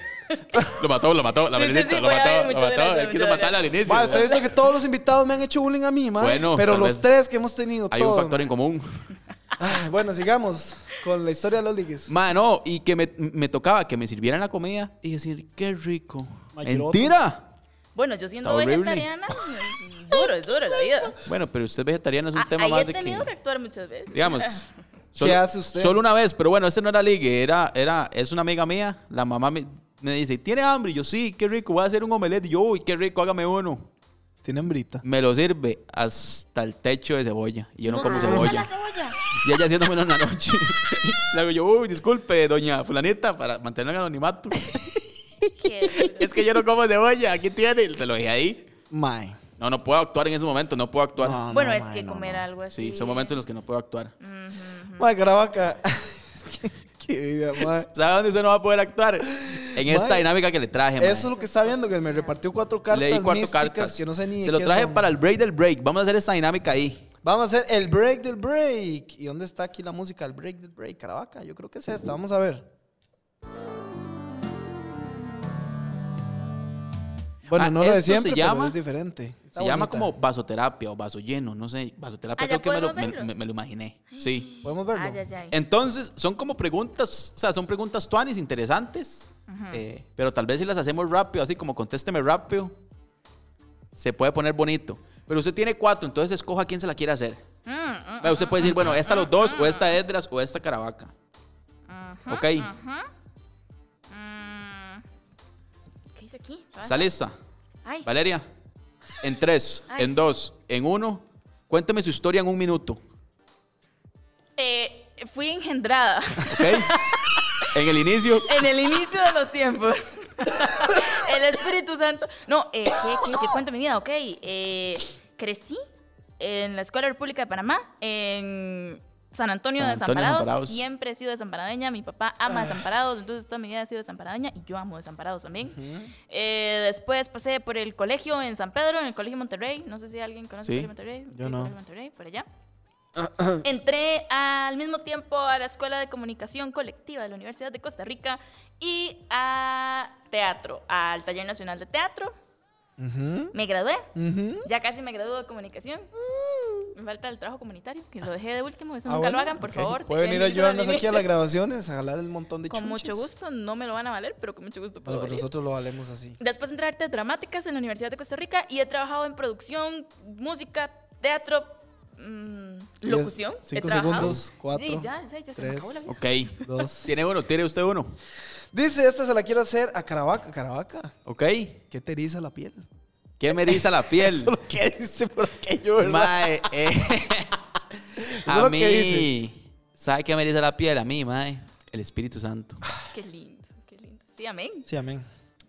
Lo mató, lo mató, la
Sí, sí,
verdad
sí,
lo
voy a
mató,
ver,
lo
muchas
mató.
gracias,
Él quiso
muchas
matarla al inicio.
Ma, usted dice que todos los invitados me han hecho bullying a mí, ma.
Bueno,
pero
tal
los
vez
tres que hemos tenido.
Hay un
todos,
factor en común.
Ay, bueno, sigamos con la historia de los ligues.
Madre, no, y que me, me tocaba que me sirvieran la comida y decir, qué rico.
Mayote.
¡Mentira!
Bueno, yo siendo
Está horrible.
vegetariana, es duro, es duro la vida.
Bueno, pero usted es vegetariana, es un
Ah,
tema
Ahí
más
he
de
tenido que
que.
actuar muchas veces.
Digamos.
hace usted?
Solo una vez, pero bueno, ese no era ligue, era, era, es una amiga mía. La mamá me, me dice, ¿tiene hambre? Y yo, sí, qué rico, voy a hacer un omelette. Y yo, uy, qué rico, hágame uno.
Tiene hambrita.
Me lo sirve hasta el techo de cebolla. Y yo no como
No, no,
cebolla. Y ella haciéndome una noche. Le hago yo, uy, disculpe, doña fulanita, para mantener el anonimato.
Qué duro.
es que yo no como cebolla, aquí tiene. Te lo dije ahí.
Mae.
No, no puedo actuar en ese momento, no puedo actuar.
No,
Bueno,
no,
es
mae,
que
no,
comer
no.
algo así.
Sí, son momentos en los que no puedo actuar.
Mae, Caravaca. qué vida, mae.
¿Sabe dónde usted no va a poder actuar? En esta
Mae,
dinámica que le traje, mae.
Eso es lo que está viendo, que me repartió cuatro cartas
Leí cuatro
místicas
cartas.
que no sé ni de
Se lo
qué
traje
son.
para el break del break. Vamos a hacer esta dinámica ahí.
Vamos a hacer el break del break. ¿Y dónde está aquí la música? El break del break. Caravaca, yo creo que es esta. Vamos a ver. Bueno,
Ah,
no lo de
esto
siempre,
se
pero
llama-
es diferente.
Se
Está
llama
bonita.
como vasoterapia o vaso lleno, no sé. Vasoterapia
Ah, ¿ya
creo que me lo,
podemos
me-
verlo?
me- me lo imaginé. Sí.
¿Podemos verlo?
Ay, ay, ay.
Entonces, son como preguntas, o sea, son preguntas tuanis interesantes, eh, pero tal vez si las hacemos rápido, así como contésteme rápido, se puede poner bonito. Pero usted tiene cuatro, entonces escoja quién se la quiere hacer.
Mm, mm,
Bueno, usted puede decir, bueno, esta los dos, o esta Edras, o esta Caravaca.
ujú,
ok.
ujú. Mm. ¿Qué dice aquí?
¿Está lista?
Ay,
Valeria, en tres,
Ay.
en dos, en uno, cuéntame su historia en un minuto,
eh, fui engendrada
¿ok? en el inicio,
en el inicio de los tiempos. el Espíritu Santo. No, eh, ¿qué, qué, qué cuento mi vida? Ok, eh, crecí en la Escuela República de Panamá, en San Antonio
San
de
Antonio,
Desamparados.
Desamparados. Ah.
Siempre he sido desamparadeña. Mi papá ama Desamparados, entonces toda mi vida he sido desamparadeña y yo amo Desamparados también.
Mm,
Eh, después pasé por el colegio en San Pedro, en el Colegio Monterrey. No sé si alguien conoce
Sí.
el Colegio Monterrey.
Yo
el
no.
Colegio Monterrey, por allá. Entré al mismo tiempo a la Escuela de Comunicación Colectiva de la Universidad de Costa Rica y a teatro, al Taller Nacional de Teatro.
Ujú,
Me gradué,
ujú.
ya casi me gradúo de comunicación. Me falta el trabajo comunitario, que lo dejé de último, eso
Ah,
nunca
bueno,
lo hagan, por
ok.
favor.
Puede venir a
dejen de usar
ayudarnos
mi-
aquí a las grabaciones, a jalar el montón de
Con
chunches.
mucho gusto, no me lo van a valer, pero con mucho gusto puedo
Bueno, pero
venir.
nosotros lo valemos así.
Después entré a Artes Dramáticas en la Universidad de Costa Rica y he trabajado en producción, música, teatro, mm,
Diez,
locución. He
cinco
trabajado.
segundos, cuatro,
Sí, ya, ya, ya se me acabó
tres.
la vida.
ok.
Dos.
Tiene uno, tiene usted uno,
Dice, esta se la quiero hacer a Caravaca. Caravaca,
¿ok?
¿qué te eriza la piel?
¿Qué me eriza la piel?
Eso es lo que dice por aquello, ¿verdad?
Mae, eh,
es
a
lo que
mí, ¿sabe qué me eriza la piel? A mí, mae, el Espíritu Santo.
Qué lindo, qué lindo. Sí, amén.
Sí, amén.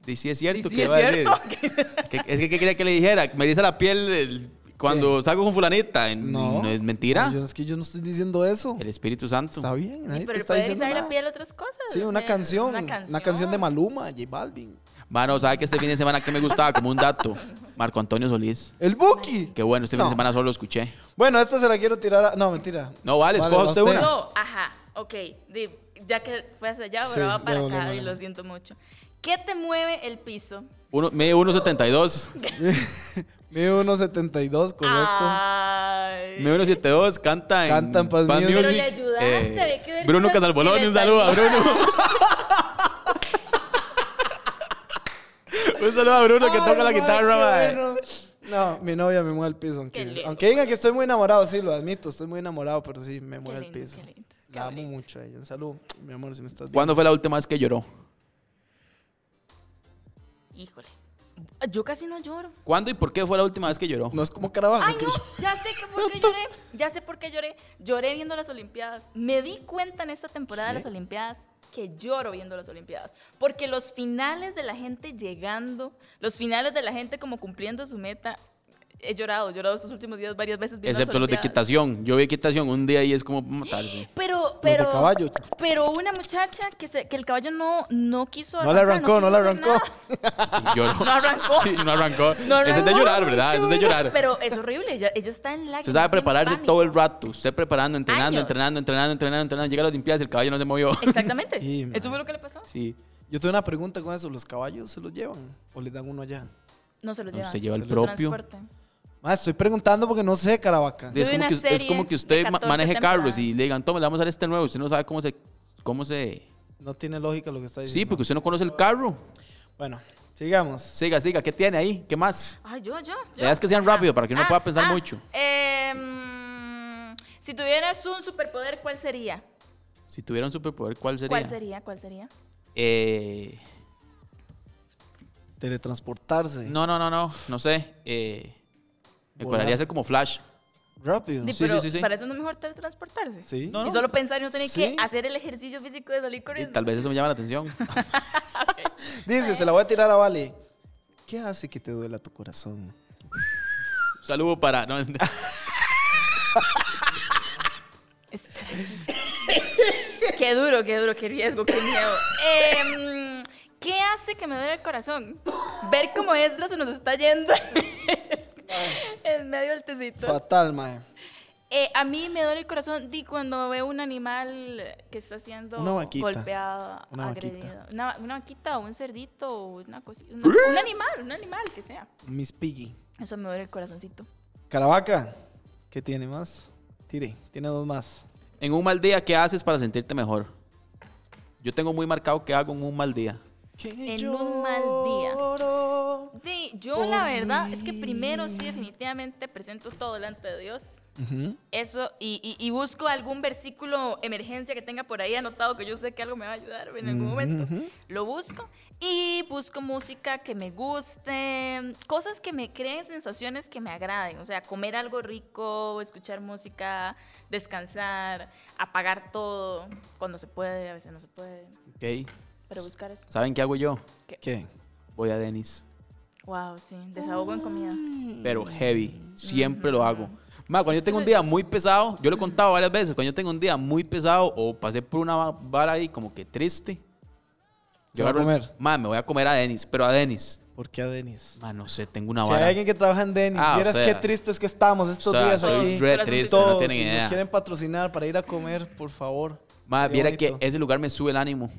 Y sí es cierto,
Y sí
que
es
va a
cierto.
decir. Que- es que, ¿qué quería que le dijera? Me eriza la piel el- cuando salgo con fulanita. No, es mentira.
No, yo- es que yo no estoy diciendo eso.
El Espíritu Santo.
Está bien, nadie te
Sí, pero
está
puede
diciendo
revisar
nada.
la piel a otras cosas.
Sí,
o
una
sea,
canción, una canción. de Maluma, J Balvin.
Mano, ¿sabe que este fin de semana que me gustaba? Como un dato. Marco Antonio Solís.
El Buki.
Qué bueno, este fin
No.
de semana solo lo escuché.
Bueno, esta se la quiero tirar a... No, mentira.
No, vale, escoja
va
usted una.
Yo, ajá, ok. di- ya que fue hacia allá,
Sí,
ahora va para
no, no,
acá
no,
y
no.
lo siento mucho. ¿Qué te mueve el piso?
Uno, medio 1.72.
Mide 1.72, correcto.
Ah. Ay.
Medio 1.72. Canta en. Eh,
Canta en Paz Music.
Pero le ayudaste, había que ver
Bruno
si la- si
Casalboloni,
le
un saludo a
salía.
Bruno. un saludo a Bruno que
Ay,
toca la
mae,
guitarra,
qué
mae.
bueno. No, mi novia me mueve el piso.
Qué
Aunque,
lindo.
aunque digan que estoy muy enamorado, sí, lo admito. Estoy muy enamorado, pero sí, me mueve el
lindo,
piso.
qué lindo, qué
La amo
bonito.
mucho a ella. Un saludo, mi amor, si me estás viendo.
¿Cuándo fue la última vez que lloró?
Híjole. Yo casi no lloro.
¿Cuándo y por qué fue la última vez que lloró?
No es como Caravaca.
Ay,
que
no,
yo-
ya sé que por qué lloré. Ya sé por qué lloré. Lloré viendo las Olimpiadas. Me di cuenta en esta temporada de las Olimpiadas que lloro viendo las Olimpiadas. Porque los finales de la gente llegando, los finales de la gente como cumpliendo su meta, he llorado, he llorado estos últimos días varias veces viendo
Excepto los de
Olimpiadas.
equitación. Yo vi equitación un día y es como matarse.
Pero,
de
pero,
caballo.
pero una muchacha que, se- que el caballo no, no quiso
No le arrancó,
arrancar,
no le
quiso hacer
arrancó.
nada.
Sí, lloró.
No arrancó.
Sí, no arrancó.
No
Ese es de
arrancó.
llorar, ¿verdad? Ese es de llorar.
Pero es horrible, ella, ella está en la
Usted sabe prepararse todo el rato. Usted preparando, entrenando,
Años.
entrenando, entrenando, entrenando, entrenando. Llega a las Olimpiadas y el caballo no se movió.
Exactamente.
Sí,
Eso
man.
fue lo que le pasó.
Sí.
Yo tengo una pregunta con eso. ¿Los caballos se los llevan o les dan uno allá?
No se lo
No,
lleva.
usted lleva
se
el
lo
propio.
transporta.
Ah, estoy preguntando porque no sé, Caravaca.
De-
Es
vi
como,
una
que, es
serie
como que
de
usted ma-
14
maneje carros y
temporadas.
le digan, toma, le vamos a dar este nuevo. Usted no sabe cómo se... Cómo se...
No tiene lógica lo que está diciendo.
Sí, porque usted no conoce el carro.
Bueno, sigamos.
Siga, siga. ¿Qué tiene ahí? ¿Qué más?
Ay, yo, yo.
La
yo.
idea es que sean
Ajá.
rápido para que uno pueda pensar mucho.
em, si tuvieras un superpoder, ¿cuál sería?
Si tuviera un superpoder, ¿cuál sería?
¿Cuál sería? ¿Cuál sería?
Eh,
Teletransportarse.
no, no, no, no. No sé. Eh, me
Volar.
gustaría ser como Flash.
Rápido.
Di,
sí,
pero
sí, sí.
Para eso no es mejor teletransportarse.
Sí.
No,
Y solo pensar y no tener
Sí.
que hacer el ejercicio físico de salir
Y
corriendo.
tal vez eso me llama la atención.
Dice, se la voy a tirar a Vale. ¿Qué hace que te duela tu corazón?
Saludo para... no, es-
Estar aquí. qué duro, qué duro, qué riesgo, qué miedo. Em, ¿Qué hace que me duele el corazón? Ver cómo Ezra se nos está yendo en medio del tecito.
Fatal, mae.
Eh, a mí me duele el corazón di cuando veo un animal que está siendo
Una vaquita.
golpeado,
Una
agredido.
vaquita.
Una, va- una vaquita o un cerdito o una cosa.
¡Eh!
un animal, un animal que sea.
Miss Piggy.
Eso me duele el corazoncito.
Caravaca. ¿Qué tiene más? Tire, tiene dos más.
En un mal día, ¿qué haces para sentirte mejor? Yo tengo muy marcado qué hago en un mal día.
En un mal día. Sí, yo la verdad es que primero sí definitivamente presento todo delante de Dios.
Ujú.
Eso, y, y- y busco algún versículo emergencia que tenga por ahí anotado que yo sé que algo me va a ayudar en algún momento.
ujú.
Lo busco y busco música que me guste, cosas que me creen sensaciones que me agraden. O sea, comer algo rico, escuchar música, descansar, apagar todo cuando se puede, a veces no se puede.
¿Ok?
Pero buscar eso.
¿Saben qué hago yo?
¿Qué?
Voy a Denis.
Wow, sí, desahogo en comida. Mm.
Pero heavy. Siempre lo hago. Ma, cuando yo tengo un día muy pesado, yo lo he contado varias veces, cuando yo tengo un día muy pesado o pasé por una va- vara ahí como que triste.
¿Se va a
agarro-
comer?
Ma, me voy a comer a Denis, pero a Denis.
¿Por qué a Denis?
Ma, no sé, tengo una
si
vara.
hay alguien que trabaja en Denis,
Ah, o
vieras
sea.
qué tristes que estamos estos
o sea,
días
soy
aquí.
re
Todos
triste, no
Todos,
tienen
si nos
idea.
quieren patrocinar para ir a comer, por favor.
Ma,
Sería
viera que
bonito.
ese lugar me sube el ánimo.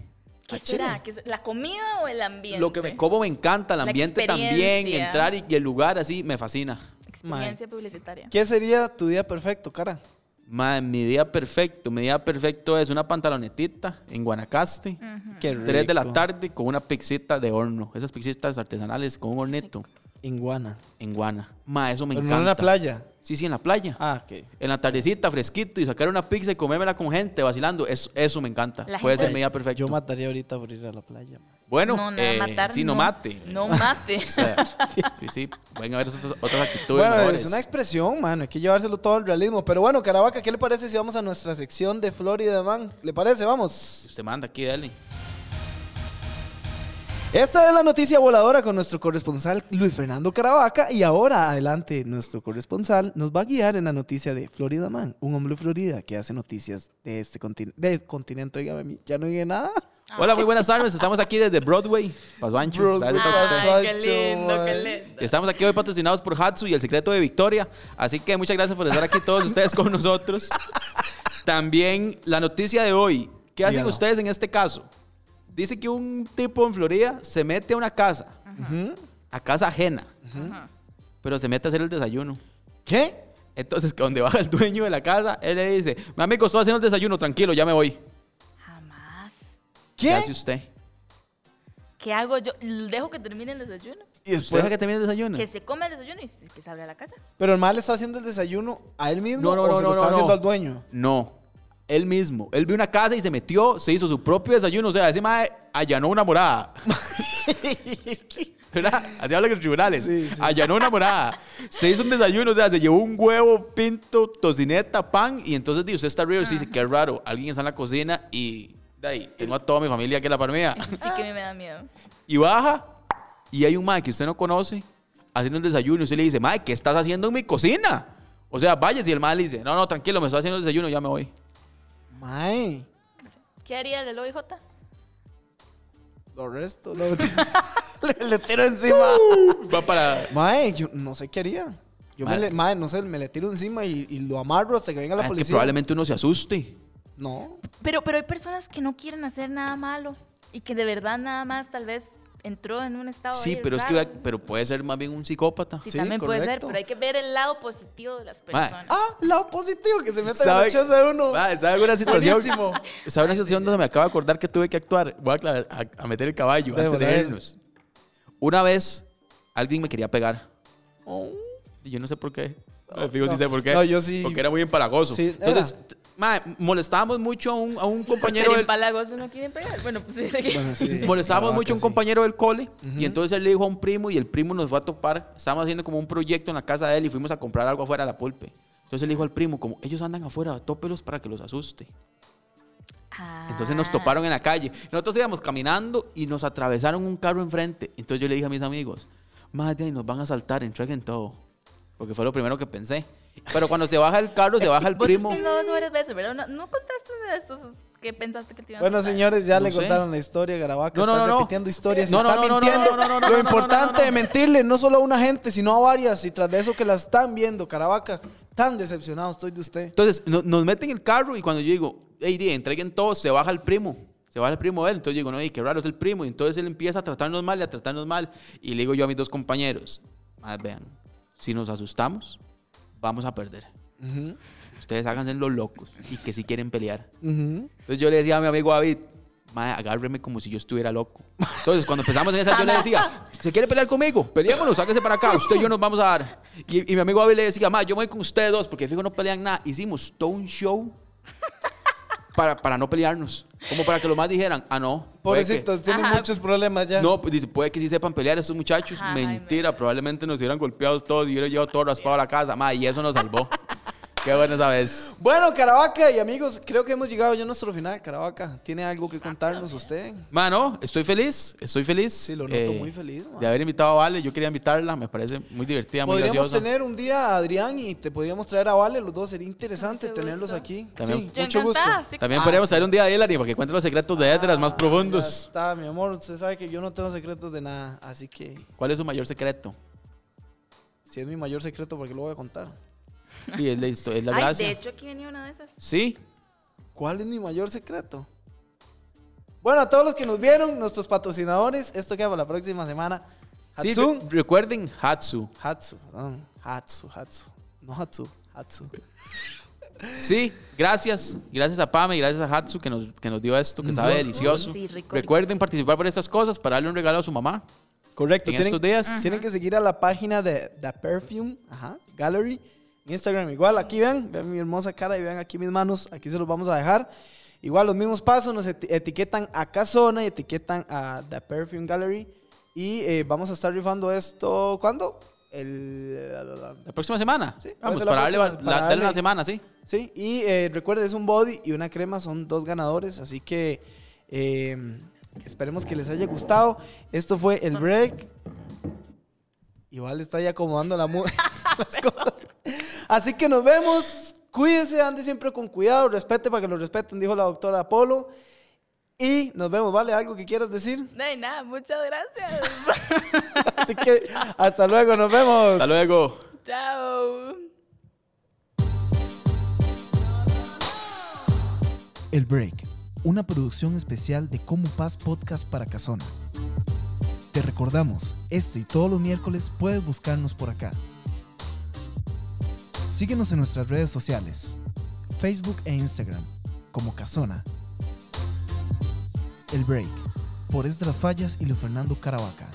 ¿Qué
Ah,
será?
chile.
¿Qué es- ¿La comida o el ambiente?
Lo que me como me encanta, el
La
ambiente también,
experiencia.
entrar y, y el lugar así me fascina.
Experiencia publicitaria.
¿Qué sería tu día perfecto, cara?
Ma, mi día perfecto, mi día perfecto es una pantalonetita en Guanacaste.
Qué
3 de la
rico.
tarde con una pixita de horno. Esas pixitas artesanales con un horneto
Iguana.
en Guana. Ma, eso me
Pero
encanta.
no en la playa.
Sí, sí, en la playa.
Ah, ok.
En la tardecita, fresquito, y sacar una pizza y comérmela con gente vacilando. Eso, eso me encanta.
La
Puede
gente-
ser mi día perfecto.
Yo mataría ahorita por ir a la playa. man.
bueno,
no, nada,
eh,
matar.
sí, no, mate.
No
O
mate.
sea, sí, sí, van a ver otras, otras actitudes
Bueno,
mejores.
es una expresión, mano. Hay que llevárselo todo al realismo. Pero bueno, Caravaca, ¿qué le parece si vamos a nuestra sección de Florida Man? ¿Le parece? Vamos.
Usted manda aquí, dale.
Esta es la noticia voladora con nuestro corresponsal Luis Fernando Caravaca. Y ahora, adelante, nuestro corresponsal nos va a guiar en la noticia de Florida Man, un hombre de Florida que hace noticias de este continente. Del continente, oígame a mí. Ya no dije nada.
Ah.
Hola, muy buenas tardes. Estamos aquí desde Broadway, Paso Ancho.
Broadway.
¿Sabe?
Ay, qué
Sancho,
lindo, qué
man.
lindo.
Estamos aquí hoy patrocinados por Hatsu y el secreto de Victoria. Así que muchas gracias por estar aquí todos ustedes con nosotros. También la noticia de hoy. ¿Qué hacen
Dígalo.
ustedes en este caso? Dice que un tipo en Florida se mete a una casa,
Ujú.
a casa ajena,
Ajá.
pero se mete a hacer el desayuno.
¿Qué?
Entonces, que donde baja el dueño de la casa, él le dice, mami, costó haciendo el desayuno, tranquilo, ya me voy.
Jamás.
¿Qué
¿Qué?
hace usted?
¿Qué hago yo? ¿Dejo que termine el desayuno?
Y
¿Usted
después-
Pues deja que termine el desayuno?
Que se come el desayuno y que salga a la casa.
Pero el mal le está haciendo el desayuno a él mismo
No, no,
o
no,
se
no,
lo está
no,
haciendo
no.
al dueño.
No, él mismo. Él vio una casa y se metió, se hizo su propio desayuno. O sea, ese mae allanó una morada. ¿Verdad? Así hablan los tribunales.
Sí, sí.
Allanó una morada. Se hizo un desayuno, o sea, se llevó un huevo, pinto, tocineta, pan. Y entonces dice, usted está arriba y usted
Ah.
dice, qué raro, alguien está en la cocina y de ahí, tengo a toda mi familia aquí en la palmea.
Eso sí que a mí me da miedo.
Y baja y hay un mae que usted no conoce haciendo el desayuno. Y usted le dice, mae, ¿qué estás haciendo en mi cocina? O sea, vaya, si el mae le dice, no, no, tranquilo, me estoy haciendo el desayuno, ya me voy.
Mae.
¿Qué haría el OIJ?
Lo resto. lo- le, le tiro encima.
Va para.
Mae, yo no sé qué haría. Yo me
Mae.
le, mae, no sé, me le tiro encima y, y lo amarro hasta que venga la
Ah, es que
policía.
probablemente uno se asuste.
No.
Pero, pero hay personas que no quieren hacer nada malo y que de verdad nada más tal vez entró en un estado
Sí,
ahí
pero es que
Oh, raro.
vea- pero puede ser más bien un psicópata.
Sí,
Sí,
también puede ser,
correcto.
pero hay que ver el lado positivo de las
Mae.
personas.
Ah, lado positivo que se mete en la
¿Sabe?
choza de uno.
Ah, ¿Sabe alguna situación?
Buenísimo.
¿Sabe una situación donde me acabo de acordar que tuve que actuar? Voy a, aclarar- a- a meter el caballo
Debo,
antes de
debo.
irnos. Una vez alguien me quería pegar. Y yo no sé por qué. Me fijo
Oh. no.
si sé por qué.
No, yo sí.
Porque era muy empalagoso.
Sí, era.
Entonces, t- mae, molestábamos mucho a un, a un
Por
compañero.
ser
del-
empalagos no quieren pegar. Bueno, pues sí, sí.
Bueno, sí,
Molestábamos
Caravaca,
mucho a un
sí.
compañero del cole y entonces él le dijo a un primo y el primo nos fue a topar. Estábamos haciendo como un proyecto en la casa de él y fuimos a comprar algo afuera a la pulpe. Entonces él dijo al primo, como ellos andan afuera, tópelos para que los asuste. Entonces nos
Ah.
toparon en la calle. Nosotros íbamos caminando y nos atravesaron un carro enfrente. Entonces yo le dije a mis amigos, madre, nos van a saltar, entreguen todo. Porque fue lo primero que pensé. Pero cuando se baja el carro, se baja el
Vos
primo.
has pensado eso varias veces, ¿verdad? No, no contaste de estos qué pensaste que te iban a
Bueno,
aceptar?
señores, ya
No
le
sé.
contaron la historia. Garabaca
No, no,
está
no, no.
repitiendo historias. y
No, no,
está
no, no, no,
mintiendo.
no, no, no, no,
Lo
no, no, no,
importante
no.
es mentirle, no solo a una gente, sino a varias. Y tras de eso que la están viendo, Caravaca, tan decepcionado estoy de usted.
Entonces, no- nos meten el carro y cuando yo digo, hey, di, entreguen todo, se baja el primo. Se baja el primo de él. Entonces yo digo, no, y qué raro es el primo. Y entonces él empieza a tratarnos mal y a tratarnos mal. Y le digo yo a mis dos compañeros, "Más vean, si nos asustamos, vamos a perder.
Ujú,
Ustedes háganse los locos y que si quieren pelear.
ujú.
Entonces yo le decía a mi amigo David, "Mae, agárreme como si yo estuviera loco. Entonces cuando empezamos en esa, yo le decía, ¿se quiere pelear conmigo? Peleémonos, sáquese para acá, usted y yo nos vamos a dar. Y, y mi amigo David le decía, ma, yo me voy con ustedes dos porque fijo no pelean nada. Hicimos todo un show para, para no pelearnos, como para que los más dijeran, ah, no. puede que-
Pobrecitos, tienen
Ajá.
muchos problemas ya.
No, pues, dice, puede que sí sepan pelear estos muchachos.
Ajá, Jaime.
Mentira, probablemente nos hubieran golpeado todos y hubiera llevado todo raspado a la casa. Ma, y eso nos salvó. Qué bueno esa vez.
Bueno, Caravaca y amigos, creo que hemos llegado ya a nuestro final. Caravaca, ¿tiene algo que contarnos usted?
Mano, estoy feliz, estoy feliz. Eh,
Sí, lo noto muy feliz, man.
De haber invitado a Vale, yo quería invitarla, me parece muy divertida, muy
Podríamos
graciosa.
tener un día a Adrián y te podríamos traer a Vale, los dos. Sería interesante
Mucho
tenerlos
gusto.
aquí.
También-
Sí,
Yo
mucho gusto.
encantada, sí.
También
Ah,
podríamos
sí. Ah,
traer un día a Hillary para que cuente los secretos de Edras más
Ya
profundos.
está, mi amor. Usted sabe que yo no tengo secretos de nada. Así que,
¿Cuál es su mayor secreto?
si es mi mayor secreto, ¿por qué lo voy a contar?
Y es la, histo- es la
Ay,
gracia.
de hecho, aquí venía una de esas.
Sí,
¿Cuál es mi mayor secreto? Bueno, a todos los que nos vieron, nuestros patrocinadores, esto queda para la próxima semana.
sí,
Hatsu.
re- recuerden Hatsu.
Hatsu, perdón. Hatsu, Hatsu. No Hatsu, Hatsu.
Sí, gracias. Gracias a Pame y gracias a Hatsu que nos, que nos dio esto, que sabe delicioso.
Sí, rico, rico.
Recuerden participar por estas cosas para darle un regalo a su mamá.
Correcto.
En
tienen,
estos días.
Tienen que seguir a la página de The Perfume ajá, Gallery. En Instagram igual, aquí vean, vean mi hermosa cara y vean aquí mis manos, aquí se los vamos a dejar. Igual los mismos pasos, nos eti- etiquetan a Casona y etiquetan a The Perfume Gallery. Y eh, vamos a estar rifando esto, ¿cuándo? El...
La próxima semana.
Sí, puede
Vamos,
ser la
para darle,
próxima,
la-
para
darle una
darle-
semana, sí.
Sí, y eh, recuerda, es un body y una crema, son dos ganadores, así que eh, esperemos que les haya gustado. Esto fue el break. Igual está ahí acomodando la mu- las cosas. Así que nos vemos. Cuídense, ande siempre con cuidado, respete para que lo respeten, dijo la doctora Apolo. Y nos vemos, ¿vale? ¿Algo que quieras decir?
De nada, muchas gracias.
Así que hasta luego, nos vemos.
Hasta luego.
Chao.
El Break, una producción especial de Como Paz Podcast para Casona. Te recordamos, este y todos los miércoles puedes buscarnos por acá. Síguenos en nuestras redes sociales, Facebook e Instagram, como Casona. El Break, por Esdras Fallas y Luis Fernando Caravaca.